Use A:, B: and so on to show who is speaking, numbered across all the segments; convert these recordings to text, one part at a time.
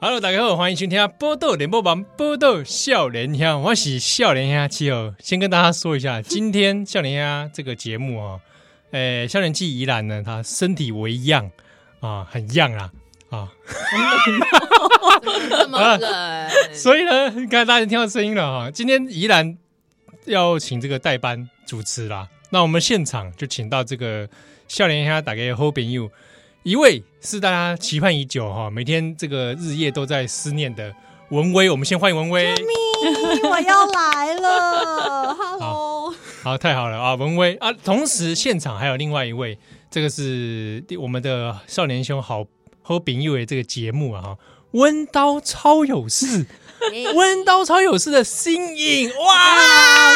A: Hello，大家好，欢迎收听《波豆联播榜》，波豆笑脸虾，我是笑脸虾七哦。先跟大家说一下，今天笑脸虾这个节目哦，诶，笑脸季宜兰呢，他身体为恙啊，很恙啦啊，
B: 这么冷，
A: 所以呢，刚才大家听到声音了哈、今天宜兰要请这个代班主持啦，那我们现场就请到这个笑脸虾打给 h o b i n You，一位是大家期盼已久哈、每天这个日夜都在思念的文威，我们先欢迎文威。
C: 我要来了，Hello，
A: 好，太好了啊，文威啊！同时现场还有另外一位，这个是我们的少年兄好和饼友的这个节目啊，哈温刀超有 事，温刀超有事的新颖哇，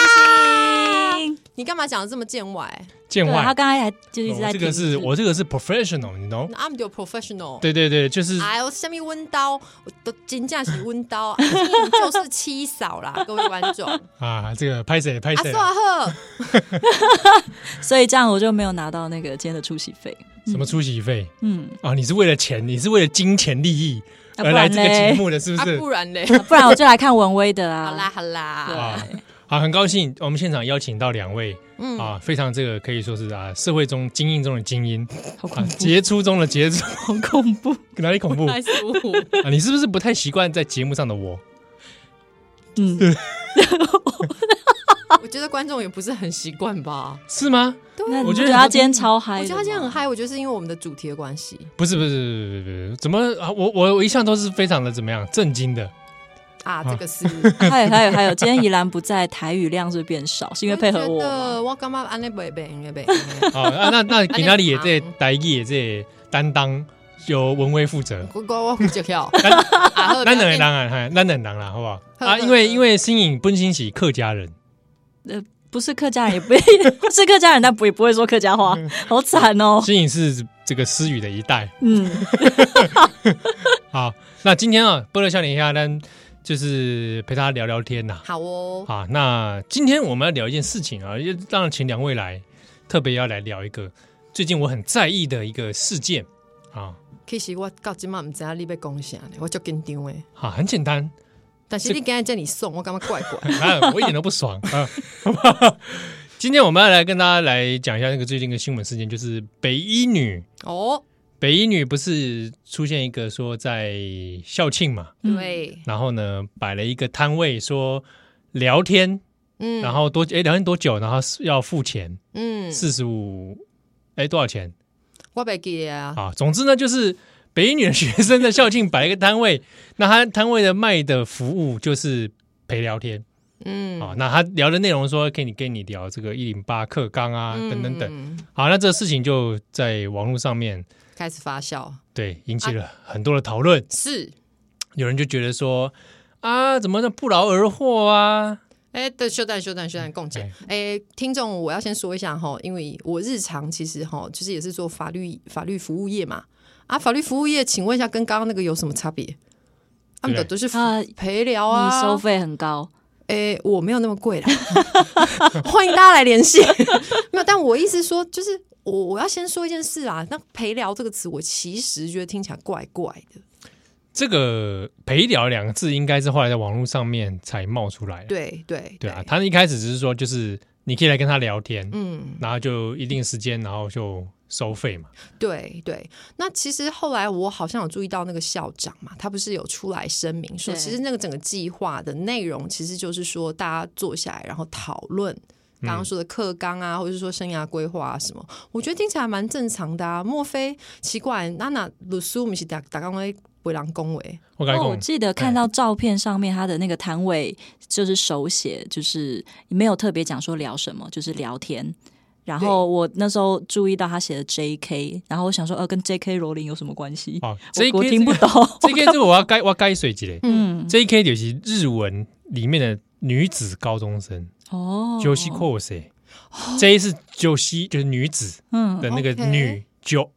B: 你干嘛讲的这么见外
A: 见
C: 对，他
A: 外，
C: 刚才还就一直
A: 我
C: 在
A: 哦这
C: 听、嗯
A: 个是我这个是 professional，你懂？
B: ？I'm your professional。
A: 对对对，就是
C: 啊
B: 哎呦，下面温刀，我都真正是温刀，啊你就是七嫂啦，各位观众。啊阿
A: 啊，这个拍谁拍谁
B: 苏，
C: 哦
B: 阿赫，
C: 所以这样我就没有拿到那个今天的出席费。
A: 什么出席费
C: 嗯，
A: 啊？你是为了钱，你是为了金钱利益
C: 啊
A: 而来
C: 不
A: 这
C: 然
A: 个节
C: 嘞
A: 目的，是不
B: 啊
A: 是？
B: 不然嘞？
C: 不然我就来看文威的啊。
B: 好啦好啦，
A: 啊，好，很高兴我们现场邀请到两位，
B: 嗯
A: 啊，非常这个可以说是啊，社会中精英中的精英，
C: 好
A: 啊
C: 恐，怖，
A: 杰出中的杰出，
C: 好 恐怖。
A: 哪里恐 怖
B: 太舒服。
A: 啊？你是不是不太习惯在节目上的我？
C: 嗯，
B: 我觉得观众也不是很习惯吧。
A: 是吗？
C: 那
A: 我
C: 你
A: 觉
C: 觉
A: 得
C: 得他今天超嗨？
B: 我觉得他今天很。嗨，我觉得是因为我们的主题的关系
A: 不是，不是，不是，不是，不是怎么啊？我我我一向都是非常的怎么样震惊的
B: 啊，这个 是
C: 还有还有还有，今天宜兰不在，台语量是不是变少，是因为配合我吗。
B: 的，我干嘛啊安内贝贝安内贝？
A: 啊啊！那那给那里也这
B: 嗯
A: 台语也这担当由文威负责。
B: 我我我胡椒跳，
A: 咱
B: 阿赫
A: 咱两个人啊，嗨，咱两个人啦，好不好？
B: 好
A: 啊，
B: 好
A: 因为
B: 好
A: 因为新颖本身是客家人，
C: 不是客家人，也不 是客家人，但不也不会说客家
A: 嗯
C: 话，好惨哦。
A: 新颖是这个思语的一代，
C: 嗯，
A: 好，那今天啊，波乐笑脸下单就是陪他聊聊天呐、
B: 好哦，
A: 啊。那今天我们要聊一件事情啊，也当然请两位来，特别要来聊一个最近我很在意的一个事件啊
B: 其实我到今嘛唔知道你要讲啥呢，我就紧张诶。
A: 啊，很简单，
B: 但是
A: 这
B: 你刚才叫你送，我感觉怪怪。
A: 啊，我一点都不爽啊。 今天我们要来跟大家来讲一下那个最近的新闻事件，就是北一女，
B: 哦，
A: 北一女不是出现一个说在校庆嘛，
C: 嗯
B: 对，
A: 然后呢摆了一个摊位说聊天。
B: 嗯，
A: 然后多哎聊天多久，然后是要付钱
B: 嗯，
A: 四十五，哎多少钱
B: 我袂记得啊，
A: 啊？总之呢，就是北一女的学生在校庆摆了一个摊位， 那他摊位的卖的服务就是陪聊天
B: 嗯，
A: 啊。那他聊的内容说可以跟你聊这个一零八课纲啊
B: 嗯
A: 等等等。
B: 嗯
A: 好，那这个事情就在网络上面
B: 开始发酵，
A: 对引起了很多的讨论，
B: 是，
A: 有人就觉得说啊，怎么的不劳而获啊？
B: 哎，对，稍等，稍等，稍等，共姐，哎，听众，我要先说一下哈，因为我日常其实哈，就是也是做法律法律服务业嘛，啊，法律服务业，请问一下，跟刚刚那个有什么差别？他们的都是服
C: 啊
B: 陪聊啊，
C: 你收费很高，
B: 诶、我没有那么 贵啦，欢迎大家来联系。 没有，但我意思说，就是我我要先说一件事啊，那陪聊这个词，我其实觉得听起来怪怪的。
A: 这个“陪聊”两个字应该是后来在网络上面才冒出来的。
B: 对对
A: 对啊，，他一开始只是说，就是你可以来跟他聊天，
B: 嗯，
A: 然后就一定时间，然后就收费嘛。
B: 对对。那其实后来我好像有注意到那个校长嘛，他不是有出来声明说，
C: 对
B: 其实那个整个计划的内容，其实就是说大家坐下来，然后讨论。刚
A: 嗯
B: 刚说的课纲啊，或者是说生涯规划啊什么，我觉得听起来蛮正常的啊。莫非奇怪，娜娜鲁苏不是打打刚为为人恭维？
A: 我刚才
C: 哦，
A: 讲
C: 我记得看到照片上面，他的那个摊位就是手写，就是没有特别讲说聊什么，就是聊天。然后我那时候注意到他写的 J.K.，然后我想说，呃，跟 J.K. 罗琳有什么关系？
A: 哦
C: 我我
A: ，J.K.
C: 听不懂。
A: 这个 J.K. 这个我要该我要该水级嘞。
C: 嗯，
A: J.K. 就是日文里面的女子高中生，
C: 哦，
A: 九西阔谁？J 是九西，就是女子
C: 嗯，
A: 的那个
B: OK
A: 女九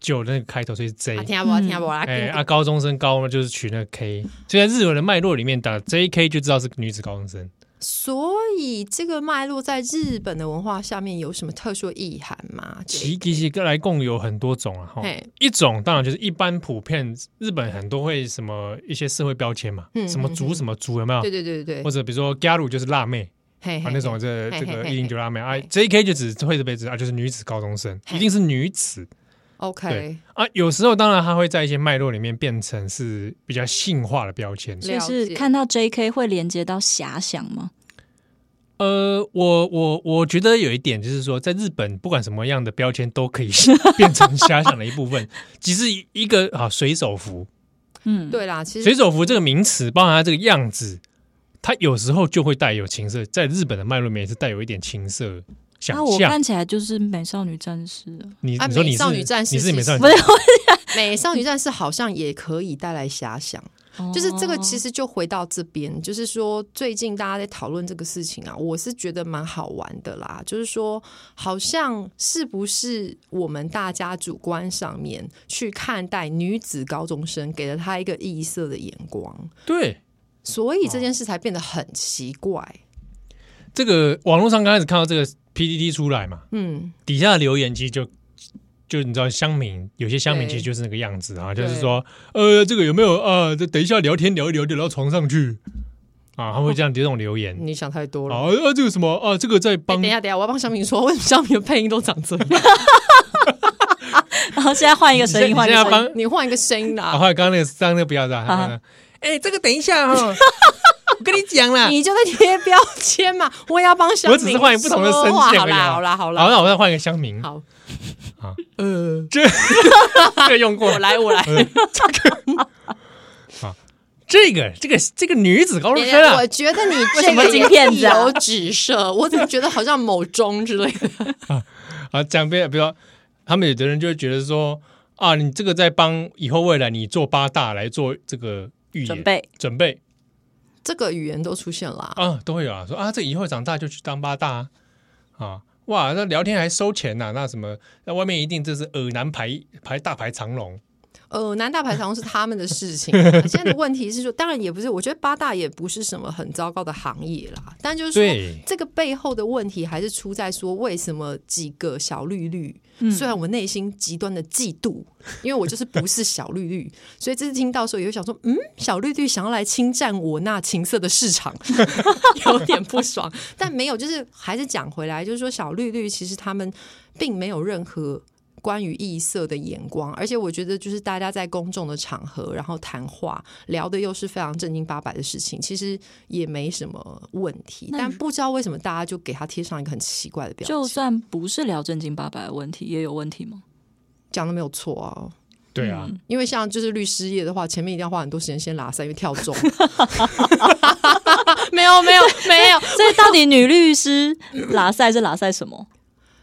A: 九的那个开头，所以是 J
B: 啊，。听不听不啦？
A: 哎，啊，
B: 啊，
A: 高中生高嘛，就是取那个 K，所以在日文的脉络里面打 J.K. 就知道是女子高中生。
B: 所以这个脉络在日本的文化下面有什么特殊意涵吗？
A: 其其实来共有很多种啊，哈
B: 嘿，
A: 一种当然就是一般普遍日本很多会什么一些社会标签嘛，
B: 嗯
A: 什么族什么族有没有
B: 对？对对对
A: 或
B: 对，
A: 者比如说 garu 就是辣妹
B: 嘿
A: 啊
B: 嘿
A: 那种这
B: 嘿
A: 这
B: 嘿
A: 个
B: 嘿
A: 一零九辣妹啊
B: 嘿
A: ，J.K. 就只会这辈子啊，就是女子高中生，
B: 嘿
A: 一定是女子
B: OK，
A: 啊。有时候当然它会在一些脉络里面变成是比较性化的标签，
C: 所以
B: 了
C: 是
B: 解
C: 看到 J.K. 会连接到遐想吗？
A: 呃，我我我觉得有一点就是说，在日本不管什么样的标签都可以 变成遐想的一部分。其实一个啊水手服，
C: 嗯，
B: 对啦，其
A: 水
B: 实
A: 手服这个名词，包含它这个样子，它有时候就会带有情色，在日本的脉络里面也是带有一点情色想
C: 啊，我
A: 象。
C: 看起来就是美少女战士啊，
A: 你
B: 啊
A: 你说你
B: 美
A: 是
B: 少女战士
A: 你是
B: 其
A: 美少女
B: 实
C: 不是
B: 美少女战士好像也可以带来遐想。
C: 哦
B: 就是这个，其实就回到这边，就是说最近大家在讨论这个事情啊，我是觉得蛮好玩的啦。就是说，好像是不是我们大家主观上面去看待女子高中生，给了她一个异色的眼光，
A: 对
B: 所以这件事才变得很奇怪。
A: 这个网络上刚开始看到这个 PPT 出来嘛，
B: 嗯，
A: 底下的留言其实就就你知道乡民有些乡民
B: 对
A: 其实就是那个样子啊，就
B: 对
A: 是说呃这个有没有啊？这等一下聊天聊一聊，聊到床上去啊，他会这样这种留言
B: 你想太多了。
A: 啊啊这个什么啊这个在
B: 哎
A: 帮
B: 等一下，等一下，我要帮小敏说，为什么小敏的配音都长这样？
C: 然后现在换一个声
A: 你
C: 音，换一
A: 现
C: 个
A: 在
C: 声音
A: 帮
B: 你换一个声音
A: 啊，
B: 啦，
A: 后来刚刚那个刚刚那个不要这样。
C: 啊
A: 嗯哎，这个等一下 哈，我跟你讲啦，
B: 你就在贴标签嘛。我也要帮小
A: 啊我
B: 敏，
A: 只是换不同的声线而已啊
B: 好啦，好啦，好啦
A: 好，，那我再换一个乡民，
B: 好，
A: 好
B: 呃，
A: 这个用过
B: 我，来，我来。
A: 嗯这个这个这个女子高中
B: 别
A: 生
B: 人
A: 啊
B: 我，觉得你
C: 为
B: 这
C: 什么
B: 个
C: 金片子啊
B: 有指涉，我怎么觉得好像某中之类的？
A: 啊，讲别的，比如说他们有的人就会觉得说啊，你这个在帮以后未来你做八大来做这个预言
C: 准备
A: 准备
B: 这个语言都出现了啊、
A: 啊，都会有啊，说啊，这以后长大就去当八大啊，啊哇，那聊天还收钱呐、那什么，那外面一定这是耳男排排大排长龙，
B: 呃，南大排长是他们的事情。啊现在的问题是说，当然也不是，我觉得八大也不是什么很糟糕的行业啦。但就是说
A: 对，
B: 这个背后的问题还是出在说，为什么几个小绿绿？虽然我内心极端的嫉妒，因为我就是不是小绿绿， 所以这次听到的时候也会想说，嗯，小绿绿想要来侵占我那情色的市场，有点不爽。但没有，就是还是讲回来，就是说小绿绿其实他们并没有任何关于异色的眼光，而且我觉得就是大家在公众的场合，然后谈话聊的又是非常正经八百的事情，其实也没什么问题。
C: 那
B: 但不知道为什么大家就给他贴上一个很奇怪的标
C: 就
B: 签，
C: 算不是聊正经八百的问题，也有问题吗？
B: 讲的没有错啊。
A: 对啊，
B: 因为像就是律师业的话，前面一定要花很多时间先拉塞，因为跳钟。 没有没有没有
C: 所以到底女律师拉塞是拉塞什么？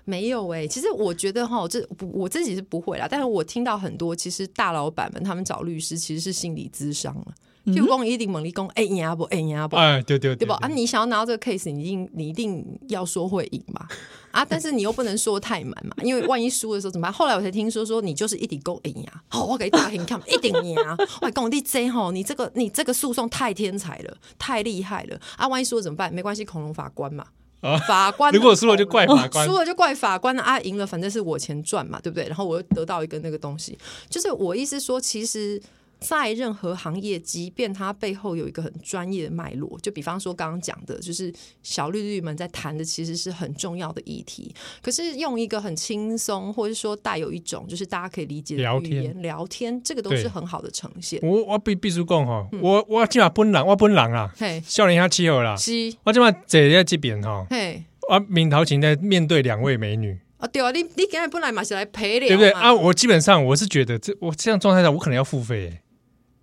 B: 没有哎、其实我觉得哈，这不我自己是不会啦，但是我听到很多其实大老板们他们找律师其实是心理咨商了，譬如讲一定猛力工，哎呀不哎呀不。
A: 哎，对嗯对
B: 对吧？啊，
A: 对
B: 你想要拿到这个 case，你一定你一定要说会赢嘛，啊，但是你又不能说太满嘛，因 为万一输的时候怎么办？后来我才听说说你就是一定够赢呀，好，我给你打给你看，一定赢啊！ 我跟我弟 J 吼，你这个你这个诉讼太天才了，太厉害了啊！万一输了怎么办？没关系，恐龙法官嘛，
A: 啊
B: 法官
A: 如果输了就怪法官
B: 输了就怪法官啊，赢了反正是我钱赚嘛，对不对？然后我又得到一个那个东西，就是我意思说，其实。在任何行业，即便它背后有一个很专业的脉络，就比方说刚刚讲的，就是小绿绿们在谈的其实是很重要的议题。可是用一个很轻松，或者说带有一种就是大家可以理解的
A: 聊
B: 语
A: 天
B: 言聊天，这个都
A: 对
B: 是很好的呈现。
A: 我我必必须讲哈，我我起码本人我本人啊，
B: 嘿，
A: 少年下气候啦，
B: 是，
A: 我起码坐在这边哈，
B: 嘿，
A: 啊，敏桃琴在面对两位美女。
B: 啊对啊，你你今日本来嘛是来陪聊
A: 对不对
B: 嘛
A: 啊？我基本上我是觉得这我这样状态下，我可能要付费耶。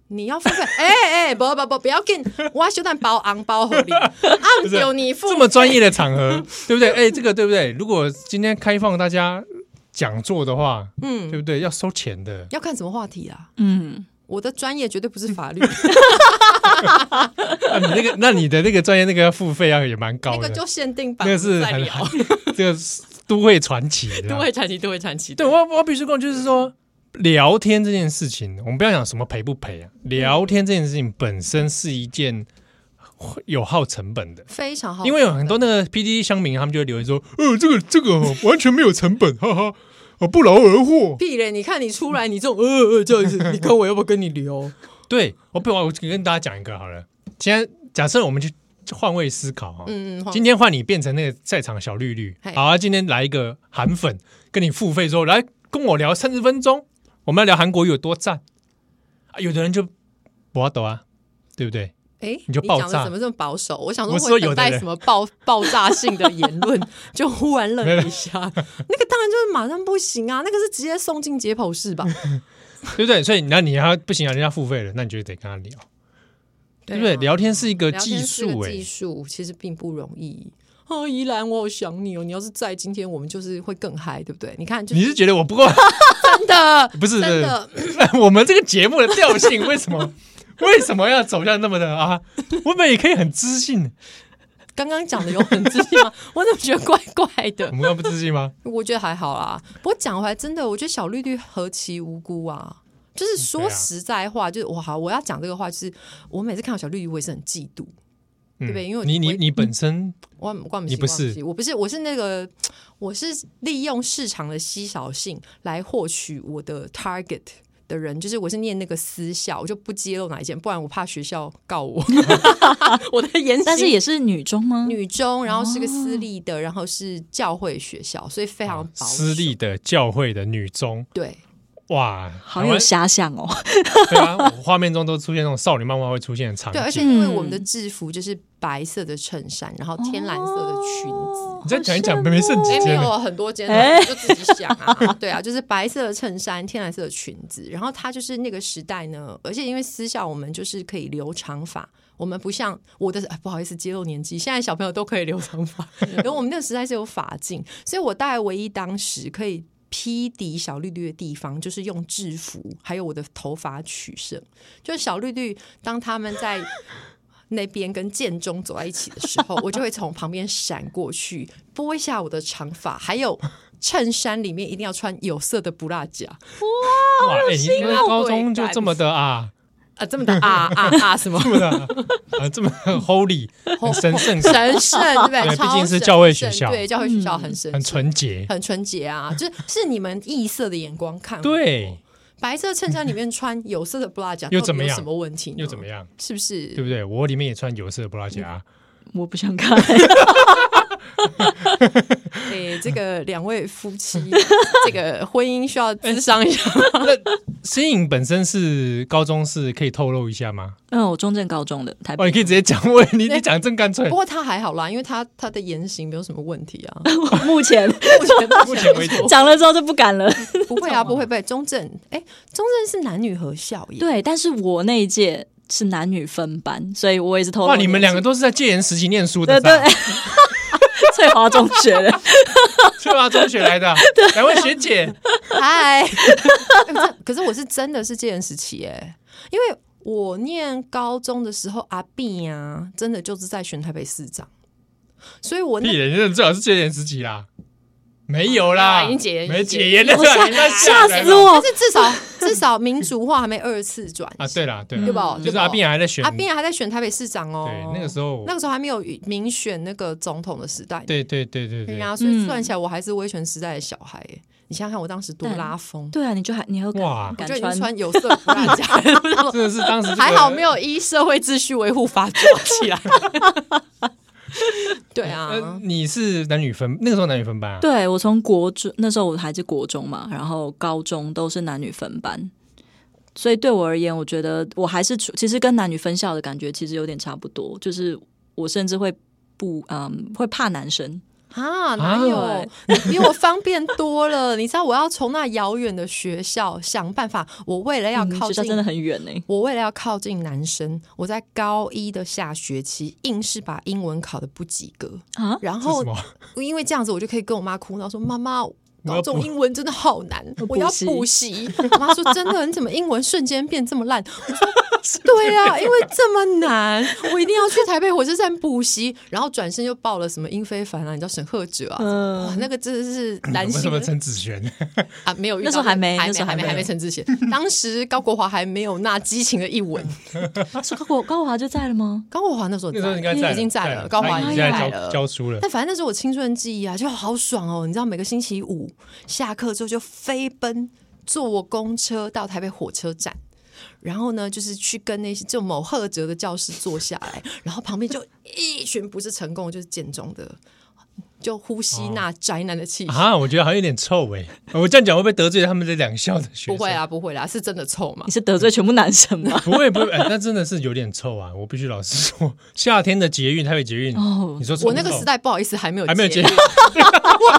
B: 你要付费？ 哎哎，不不不，不要紧，我小蛋包红包给 你，按表你付
A: 这么专业的场合，对不对？哎，这个对不对？如果今天开放大家讲座的话，嗯，对不对？要收钱的。
B: 要看什么话题啊？
C: 嗯，
B: 我的专业绝对不是
A: 嗯
B: 法律，
A: 啊、你那个，那你的那个专业那个要付费啊要也蛮高
B: 那
A: 的，
B: 个就限定版，
A: 那个是
B: 我们再
A: 很
B: 聊。
A: 这个是都会传奇的。
B: 啊都会产期，都会产期。
A: 对，我我必须讲，就是说聊天这件嗯事情，我们不要讲什么赔不赔啊，聊天这件事情本身是一件有耗成本的。
B: 非常好，
A: 因为有很多那个 P D 乡民，他们就会留言说：“呃，这个这个哦完全没有成本， 哈哈，哦不劳而获。
B: 屁嘞！你看你出来，你这种
A: 嗯
B: 呃呃这样子，你跟我要不要跟你聊？”
A: 对，我不，我跟大家讲一个好了。现在假设我们去换位思考啊、哦，
B: 嗯，嗯，
A: 今天换你变成那个在场小绿绿
B: 嘿，
A: 好啊，今天来一个韩粉跟你付费说，来跟我聊三十分钟，我们要聊韩国语有多赞啊，有的人就不要抖啊，对不对？
B: 哎，
A: 你就爆
B: 讲
A: 炸
B: 的怎么这么保守？我想
A: 我
B: 说
A: 是说
B: 会
A: 有的
B: 等待
A: 人
B: 什么爆爆炸性的言 论，就忽然愣
A: 没有
B: 一下。那个当然就是马上不行啊，那个是直接送进解剖室吧？
A: 对不对？所以那你要不行啊，人家付费了，那你就得跟他聊，对
B: 啊
A: 不对？聊天是一个
B: 聊天
A: 技
B: 是个
A: 术、欸，
B: 技术其实并不容易。哦，依兰，我好想你哦！你要是在今天，我们就是会更嗨，对不对？你看，就
A: 你是觉得我不够？
B: 真的
A: 不是
B: 真的，
A: 我们这个节目的调性为什么 为什么要走向那么的啊？我们也可以很知性，
B: 刚刚讲的有很自信 吗？我怎么觉得怪怪的
A: 我？们要不知性 吗？
B: 我觉得还好啦。不过讲回来，真的，我觉得小绿绿何其无辜啊！就是
A: 对
B: 说
A: 啊
B: 实在话，就是我好，我要讲这个话，就是我每次看到小绿绿，我也是很嫉妒。
A: 对
B: 不对因为我
A: 嗯你你
B: 我
A: 你本身
B: 我我
A: 你不是
B: 我不是，我是那个，我是利用市场的稀少性来获取我的 target 的人，就是我是念那个私校，我就不揭露哪一间，不然我怕学校 告我。 我的言行
C: 但是也哦是女中吗？
B: 女中，然后是个私立的，然后是教会学校，所以非常保守
A: 哦私立的教会的女中，
B: 对。
A: 哇，
C: 好
A: 台
C: 有
A: 湾
C: 遐想哦，
A: 对啊，我画面中都出现那种少女漫画会出现的场
B: 对，而
A: 景。
B: 且因为我们的
C: 嗯
B: 制服就是白色的衬衫，然后天蓝色的裙子。
C: 哦
A: 你再讲一讲，妹妹剩
B: 哎、
A: 几
B: 没
A: 间了？
B: 有很多间
C: 哎
B: 啊，你就自己想啊。 对啊，就是白色的衬衫，天蓝色的裙子。然后它就是那个时代呢，而且因为私校我们就是可以留长发，我们不像我的、哎不好意思揭露年纪，现在小朋友都可以留长发， 然后我们那个时代是有发镜，所以我大概唯一当时可以。披抵小绿绿的地方，就是用制服，还有我的头发取胜。就是小绿绿，当他们在那边跟建中走在一起的时 候，我就会从旁边闪过去，拨一下我的长发，还有 衬衫里面一定要穿有色的布拉夹
A: 哇，哎，你
B: 心
A: 你
B: 啊
A: 高中就这么的啊，
B: 啊，这么的啊啊啊什么
A: 这么的 啊啊，这么 holy，很神圣，
B: 神圣对不
A: 对
B: 对？嗯超
A: 毕竟是
B: 神
A: 教会
B: 圣
A: 学校
B: 对教会学校很神
A: 很
B: 圣
A: 纯洁。
B: 很纯洁啊，就是是你们异色的眼光看我
A: 对，
B: 白色衬衫里面穿有色的布拉夹
A: 又怎么样
B: 到底有什么问题呢？
A: 又怎么样？
B: 是不是？
A: 对不对？我里面也穿有色的布拉啊夹，
C: 我不 想看。
B: 诶、这个两位夫 妻，这个婚姻需要咨商一下。
A: 新颖本身是高中是可以透露一下 吗？
C: 嗯，我中正高中的台
A: 哦，
C: 北
A: 你，可以直接讲，我你你讲得真干 脆
B: 不。过他还好啦，因为他他的言行没有什么问题 啊。
C: 目前
B: 目前
A: 目前为止
C: 讲了之后就不敢了。
B: 不会啊，不会不会。中正，哎、中正是男女合校耶。
C: 对，但是我那一届是男女分班，所以我也是偷。
A: 哇，你们两个都是在戒严时期念书的
C: 对，
A: 是吧，
C: 对， 翠华中学的，
A: 是吧？中学来 的啊，两位学姐，
B: 嗨、哎可是我是真的是戒严时期耶，因为我念高中的时候，阿碧啊，真的就是在选台北市长，所以 我
A: 屁
B: 那
A: 人，人最好是戒严时期啦，没有啦，
B: 啊已经解严
A: 没
B: 已
A: 解
B: 经解
A: 严
B: 严
A: 的，
C: 我吓
A: 你在
C: 吓
A: 人
C: 死
A: 啊
C: 我
B: 但！是至少至少民主化还没二次转
A: 啊！
B: 型
A: 对啦，对
B: 对
A: 啦
B: 吧，
A: 就是阿斌还在选
B: 阿，碧还在选台北市长哦，
A: 对，那个时候
B: 那，个时候还没有民选那个总统的时代，
A: 对对对对
B: 对啊
A: 对，
B: 哎呀、所以
C: 嗯
B: 算起来我还是威权时代的小孩耶。你想想看，我当时多
C: 对
B: 拉风，
C: 对啊，你就还你还有敢
A: 哇
B: 我
C: 敢
B: 就已经
C: 穿
B: 穿有色不辣 夹了，
A: 真的是当时这个
B: 还好没有依社会秩序维护法抓起来。对
A: 呃
B: 啊，，
A: 你是男女分，那个时候男女分班啊，
C: 对我从国中那时候我还是国中嘛，然后高中都是男女分班，所以对我而言，我觉得我还是处其实跟男女分校的感觉其实有点差不多，就是我甚至会不嗯会怕男生，
B: 啊，哪有
C: 啊？
B: 你比我方便多了。你知道我要从那遥远的学校想办法，我为了要
C: 嗯
B: 靠近
C: 学校真的很远呢、欸
B: 我为了要靠近男生，我在高一的下学期硬是把英文考的不及格，
C: 啊，
B: 然
A: 是
B: 后
A: 什么？
B: 因为这样子，我就可以跟我妈哭闹说：“妈妈，
A: 要
B: 高中
A: 补
B: 英文真的好难，
C: 要
B: 我要
C: 补习
B: 补习。”我妈说：“真的，你怎么英文瞬间变这么烂？”我说：“对啊，因为这么难，我一定要去台北火车站补习，然后转身就报了什么英非凡啊，你知道沈赫哲啊，
C: 嗯
B: 哇，那个真的是难
A: 为
B: 心
A: 什么陈子璇？
B: 啊，没有遇到，
C: 那时候还没
B: 还
C: 那时
B: 没，
C: 候
B: 还
C: 还
B: 没，
C: 没
B: 还没陈志贤，当时高国华还没有那激情的一吻，
C: 是高国高华就在了吗？
B: 高国华嗯那时候
A: 那时候应该
B: 在
A: 在
B: 已经在了，高华
A: 已
B: 已
A: 经
B: 经
A: 在
B: 在
A: 教
B: 了。
A: 教书了。
B: 但反正那是我青春记忆啊，就好爽哦！你知道，每个星期五下课之后就飞奔坐我公车到台北火车站，然后呢，就是去跟那些就某赫哲的教室坐下来，然后旁边就一群不是成功就是建中的，就呼吸那宅男的气息。
A: 哦啊，我觉得好像有点臭味。我这样讲会不会得罪他们这两校的学生？？
B: 不会，啊啦，不会啦，是真的臭嘛
C: 你？是得罪全部男生吗
A: 不会，不会。哎那真的是有点臭啊！我必须老实说，夏天的捷运，台北捷运，
C: 哦
A: 你说臭不
B: 我那个
A: 臭
B: 时代不好意思还没有
A: 还没有捷
B: 接
A: 运
B: 我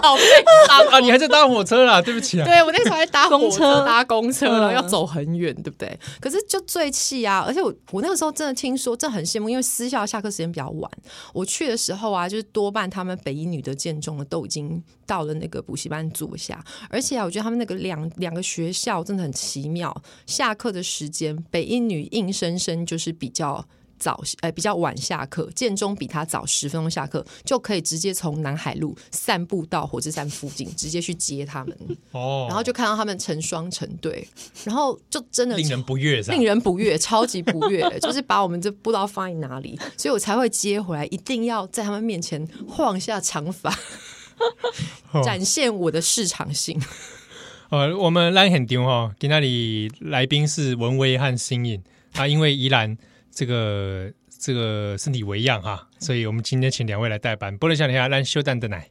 B: 好被脏
A: 啊，你还在搭火车啦？对不起啊。
B: 对我那个时候还搭火
C: 公车
B: 搭公车，然后
C: 嗯
B: 要走很远，对不对？可是就最气啊！而且我我那个时候真的听说，真的很羡慕，因为私校下课时间比较晚，我去的时候啊，就是多半他们北一女的、建中的都已经到了那个补习班坐下，而且啊，我觉得他们那个两两个学校真的很奇妙，下课的时间，北一女硬生生就是比较。早呃比较晚下课，建中比他早十分钟下课，就可以直接从南海路散步到火车站附近，直接去接他们。
A: 哦，
B: 然后就看到他们成双成对，然后就真的
A: 令人不悦，是啊吧
B: 令？人不悦，超级不悦， 就是把我们这不知道放在哪里，所以我才会接回来，一定要在他们面前晃一下长发，
A: 哦
B: 展现我的市场性。
A: 呃，哦我们兰很丢哈，给那里来宾是文威和新颖啊，因为宜兰这个这个身体为恙哈，所以我们今天请两位来代班。波多啊小天下兰修蛋的奶，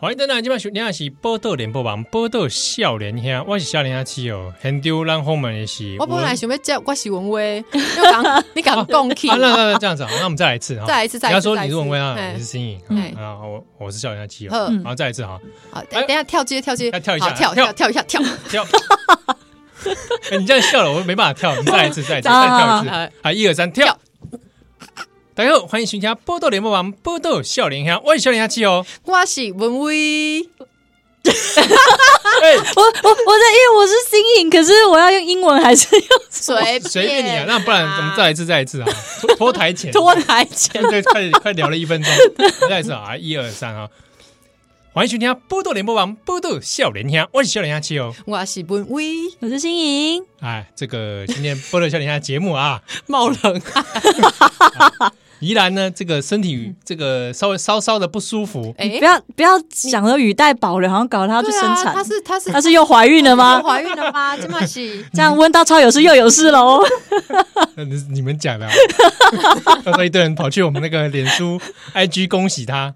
A: 欢迎蛋奶，今晚收听的是波多联播网，波多笑脸兄，我是笑脸兄七哦，很丢兰后门的是
B: 我本来
A: 文
B: 想要叫我是文威，又 讲你敢共 k
A: 啊，那那那这样子啊，那我们再来一次哈，
B: 再来一次再
A: 你
B: 来一
A: 要
B: 次
A: 说
B: 再来
A: 你
B: 一
A: 是
B: 次
A: 文威啊，
B: 哎
A: 你是新颖
B: 哎
A: 啊，啊我我是笑脸七哦，
B: 呵
A: 然后再来一次哈，
B: 好，等等一下跳接跳接，
A: 要跳一下
B: 好跳跳跳一下跳，
A: 跳。 哎你这样笑了，我没办法跳。你再来一次，再来一次，再跳一 次。好，一二三，跳！大家好，欢迎收听《波豆联播网》，波豆笑脸侠，我是笑脸侠七哦。
B: 我是文威，
A: 哎，
C: 我我我在，因为我是新颖，可是我要用英文还是用
B: 随
A: 随便你啊，那不然我们再来一次，再来一次啊，脱脱台前，
C: 拖台前？
A: 对，快快聊了一分钟，再来一次啊，一二三啊。欢迎收听《波豆联播网》，波豆笑脸侠，我是笑脸侠七哦。
B: 我是文威，
C: 我是新颖，
A: 哎，这个今天波豆笑脸侠节目啊，
B: 冒冷汗，
A: 宜兰呢，这个身体这个稍微稍稍的不舒服，
B: 哎
C: 不，要不要讲的语带保留，好像搞得她要去
B: 对
C: 生
B: 啊，
C: 产
B: 他，是他是
C: 她是又怀孕了吗？
B: 怀孕了吗？这么是。
C: 这样温到超有事又有事哦 喽。
A: 那你呃你们讲的、啊，到时候一堆人跑去我们那个脸书、IG 恭喜他，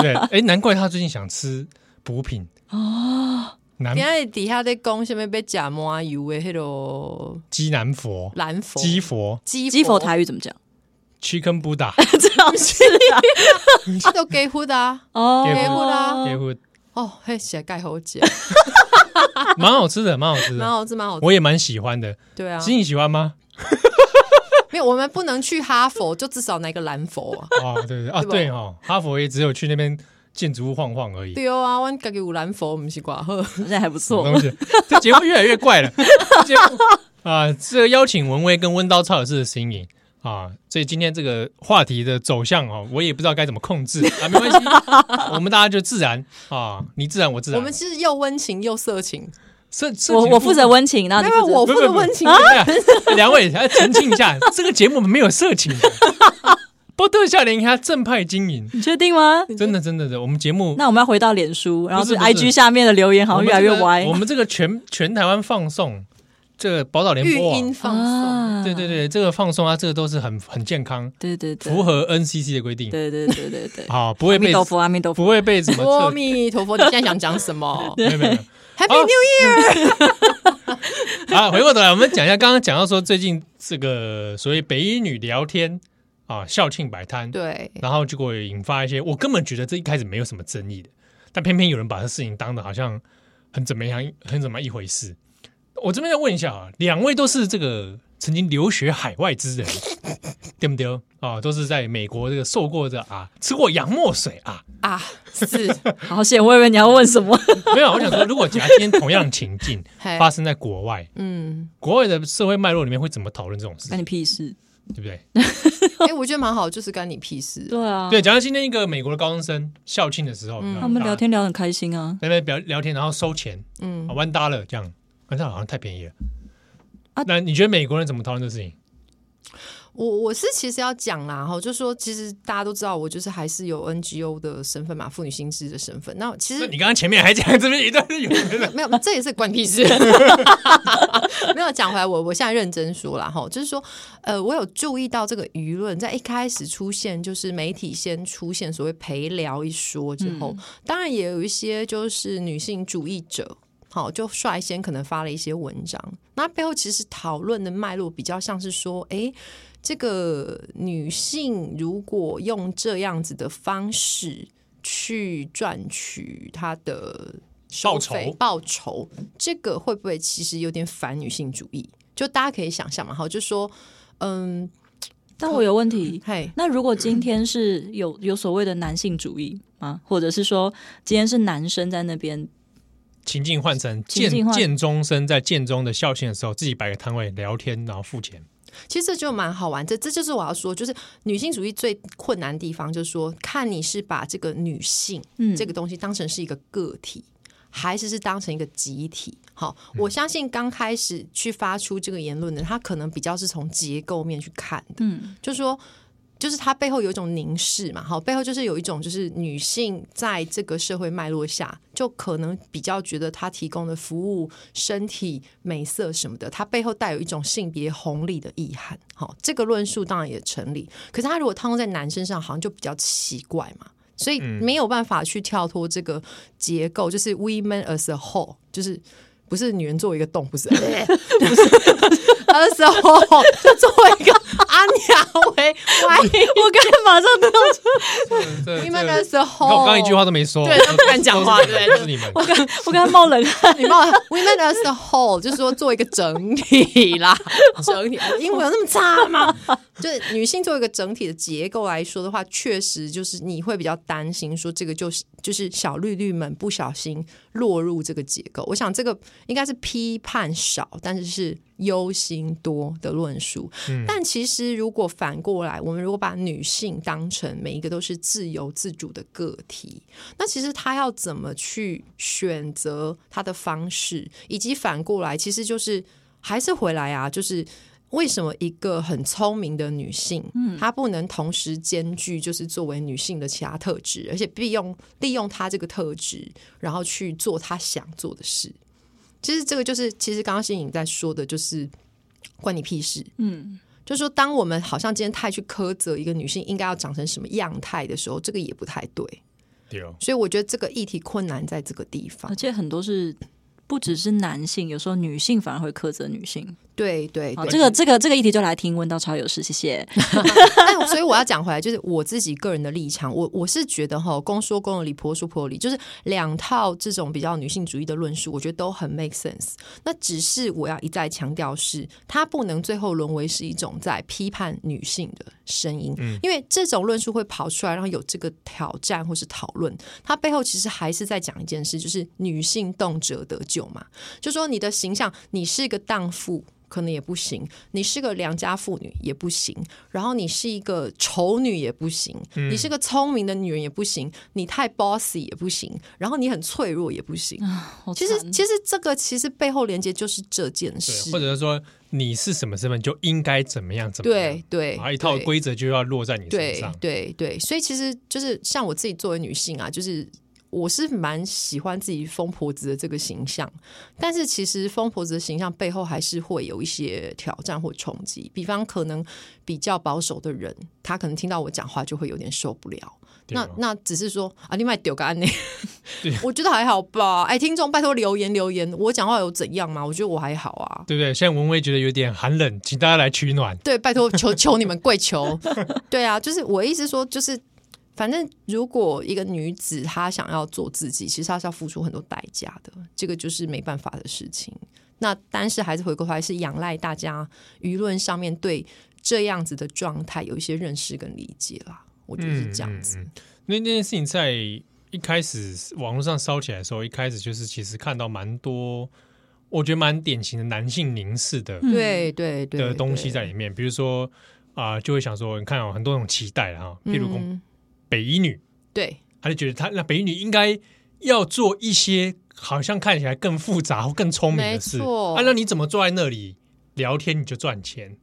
A: 对不对？哎，难怪他最近想吃补品哦，南
B: 今仔底下在讲什么被假麻油的迄个
A: 鸡南佛、
B: 蓝佛
A: 鸡佛、
B: 鸡
C: 基佛台语怎么 讲？
A: Chicken Buddha
C: 这样是啊
B: 啊都给呼的啊，
C: 哦
A: 给
B: 我啦
A: 给我，
B: 哦，嘿，写盖好解，
A: 蛮好吃的，蛮好吃
B: 蛮
A: 的，
B: 好吃，蛮好吃，
A: 我也蛮喜欢的。
B: 对啊，
A: 金你喜欢吗？
B: 没有，我们不能去哈佛，就至少拿一个蓝佛 啊，
A: 哦，对对啊，
B: 对吧
A: 对哦，哈佛也只有去那边建筑物晃晃而已。
B: 对啊，我家己有蓝佛，我们是挂好，
C: 现在还不
A: 什么
C: 错。
A: 东西？这节目越来越怪了。这 节目啊，这个邀请文威跟温刀超有事的新颖啊，所以今天这个话题的走向哦，我也不知道该怎么控制啊，没关系，我们大家就自然啊，你自然我自然。
B: 我们是又温情又色情，
A: 是是
C: 我我负责温情，然后
B: 没
C: 你
B: 有
C: 负责
B: 我
A: 不
B: 负
A: 不
B: 责
A: 不
B: 温情，
A: 啊，两位来澄清一下，这个节目我们没有色情的。波特笑脸，他正派经营，
C: 你确定吗？
A: 真的真的的，我们节目
C: 那我们要回到脸书，然后
A: 不是
C: 是
A: 不是
C: IG 下面的留言
A: 我
C: 好像
A: 们
C: 越来越
A: 这个
C: 歪
A: 我们这个全全台湾放送，这个宝岛联
B: 语
A: 播网
B: 音放松，
C: 啊
A: 对对对，这个放松啊，这个都是很很健康，
C: 对对对
A: 符合 NCC 的规定，
C: 对对对对对，
A: 好，不会
C: 阿弥
A: 被
C: 陀佛，阿弥陀佛，
A: 不会被什
B: 阿
A: 么测， 啊
B: 弥陀佛，你现在想讲什么
A: 没有没有没有，
B: ？Happy New Year，
A: 啊，回过头来，我们讲一下刚刚讲到说，最近这个所谓北一女聊天啊，校庆摆摊，
B: 对，
A: 然后结果引发一些我根本觉得这一开始没有什么争议的，但偏偏有人把这事情当的好像很怎么样，很怎么样一回事。我这边要问一下啊，两位都是这个曾经留学海外之人， 对不对啊？都是在美国这个受过这啊，吃过洋墨水啊，
B: 啊，是，
C: 好险，我以为你要问 什么。
A: 没有，我想说，如果假如今天同样的情 境
B: 嘿
A: 发生在国外，
B: 哎嗯，
A: 国外的社会脉络里面会怎么讨论这种事情，
C: 关你屁事？
A: 对不对？
B: 哎、我觉得蛮好，就是干你屁事。
C: 对啊，
A: 对，假如今天一个美国的高中生校庆的时候，
B: 嗯
C: 他们聊天聊得很开心啊
A: 在那边聊聊天，然后收钱，
B: 嗯
A: 啊，弯搭了这样，反正好像太便宜了。
C: 啊
A: 那你觉得美国人怎么讨论这事情？
B: 我我是其实要讲啦，哈，就说其实大家都知道，我就是还是有 NGO 的身份嘛，妇女薪资的身份。那其
A: 那
B: 实
A: 你刚刚前面还讲这边一段是有人 的，
B: 没有，这也是关屁事。 没有讲回来，我我现在认真说啦，哈，就是说，呃，我有注意到这个舆论在一开始出现，就是媒体先出现所谓陪聊一说之后，当然也有一些就是女性主义者。好，就率先可能发了一些文章，那背后其实讨论的脉络比较像是说，诶，这个女性如果用这样子的方式去赚取她的收费报酬，这个会不会其实有点反女性主义？就大家可以想象嘛，好，就说，嗯，
C: 但我有问
A: 嗯
C: 题。
B: 嘿，
C: 那如果今天是有有所谓的男性主义吗？或者是说今天是男生在那边
A: 情境换成
C: 情境
A: 建
C: 换
A: 建中生在建中的校庆的时候，自己摆个摊位聊天，然后付钱。
B: 其实这就蛮好玩，这这就是我要说，就是女性主义最困难的地方，就是说，看你是把这个女性
C: 嗯
B: 这个东西当成是一个个体，还是是当成一个集体。好，我相信刚开始去发出这个言论的，他可能比较是从结构面去看的，
C: 嗯
B: 就说。就是它背后有一种凝视嘛，好，背后就是有一种就是女性在这个社会脉络下，就可能比较觉得她提供的服务、身体、美色什么的，它背后带有一种性别红利的意涵。好，这个论述当然也成立，可是它如果套用在男身上，好像就比较奇怪嘛，所以没有办法去跳脱这个结构，就是 women as a whole，就是。不是女人作为一个洞，不是，不是 as a whole，就作为一个阿娘为 why
C: 我刚才马上都
A: 你
B: women
A: 看
B: as a whole。
A: 我刚刚一句话都没说，
B: 对
A: 我
B: 他不敢讲话
A: 都是
B: 对
A: 都是 你们。
C: 我刚我刚才冒冷汗。
B: 你 帮我 women as a whole，就是说做一个整体 啦，整体。我英文有那么差吗？ 就是女性做一个整体的结构来说的话，确实就是你会比较担心说这个就是就是小绿绿们不小心落入这个结构。我想这个应该是批判少，但是是忧心多的论述。但其实如果反过来，我们如果把女性当成每一个都是自由自主的个体，那其实他要怎么去选择他的方式，以及反过来，其实就是还是回来啊，就是为什么一个很聪明的女性，她不能同时兼具就是作为女性的其他特质，而且利用利用她这个特质，然后去做她想做的事。其实这个就是，其实刚刚新颖在说的，就是关你屁事。
C: 嗯，
B: 就是说，当我们好像今天太去苛责一个女性应该要长成什么样态的时候，这个也不太对。
A: 对哦
B: 所以我觉得这个议题困难在这个地
C: 而
B: 方。
C: 且很多是不只是男性，有时候女性反而会苛责女性。
B: 对对
C: 好，
B: 哎对，
C: 这个这个这个议题就来听问到超有事，谢谢。
B: 但所以我要讲回来，就是我自己个人的立场，我我是觉得哈，公说公有理，婆说婆有理，就是两套这种比较女性主义的论述，我觉得都很 make sense。那只是我要一再强调是，它不能最后沦为是一种在批判女性的声音，因为这种论述会跑出来，然后有这个挑战或是讨论，它背后其实还是在讲一件事，就是女性动辄得咎嘛，就说你的形象，你是一个荡妇。可能也不行，你是个良家妇女也不行，然后你是一个丑女也不行，
A: 嗯
B: 你是个聪明的女人也不行，你太 bossy 也不行，然后你很脆弱也不行。
C: 好
B: 其
C: 惨
B: 实，其实这个其实背后连接就是这件
A: 对，，
B: 事
A: 或者是说你是什么身份就应该怎么样怎么样啊
B: 对，对，
A: 然后一套
B: 对
A: 规则就要落在你身
B: 对
A: 上。
B: 对对，所以其实就是像我自己作为女性啊，就是我是蛮喜欢自己疯婆子的这个形象，但是其实疯婆子的形象背后还是会有一些挑战或冲击。比方，可能比较保守的人，他可能听到我讲话就会有点受不了。
A: 对哦
B: 那
A: 吧
B: 那只是说啊，另外丢个案例
A: 对，
B: 我觉得还好吧。哎，听众拜托留言留言，我讲话有怎样吗？我觉得我还好啊。
A: 对不对？现在文威觉得有点寒冷，请大家来取暖。
B: 对，拜托， 求求你们，跪求。对啊，就是我的意思说，就是反正如果一个女子她想要做自己，其实她是要付出很多代价的，这个就是没办法的事情。那但是还是回过头来，是仰赖大家舆论上面对这样子的状态有一些认识跟理解啦。我觉得是这样子。
A: 嗯嗯嗯那那件事情在一开始网络上烧起来的时候，一开始就是其实看到蛮多，我觉得蛮典型的男性凝视的、
C: 嗯
B: 对对对
A: 的东西
B: 对
A: 在里面，比如说啊、就会想说，你看有、很多种期待啊，譬如说
B: 嗯
A: 北一女，
B: 对
A: 他就觉得她那北一女应该要做一些好像看起来更复杂或更聪明的事，
B: 没错
A: 啊，那你怎么坐在那里聊天你就赚钱？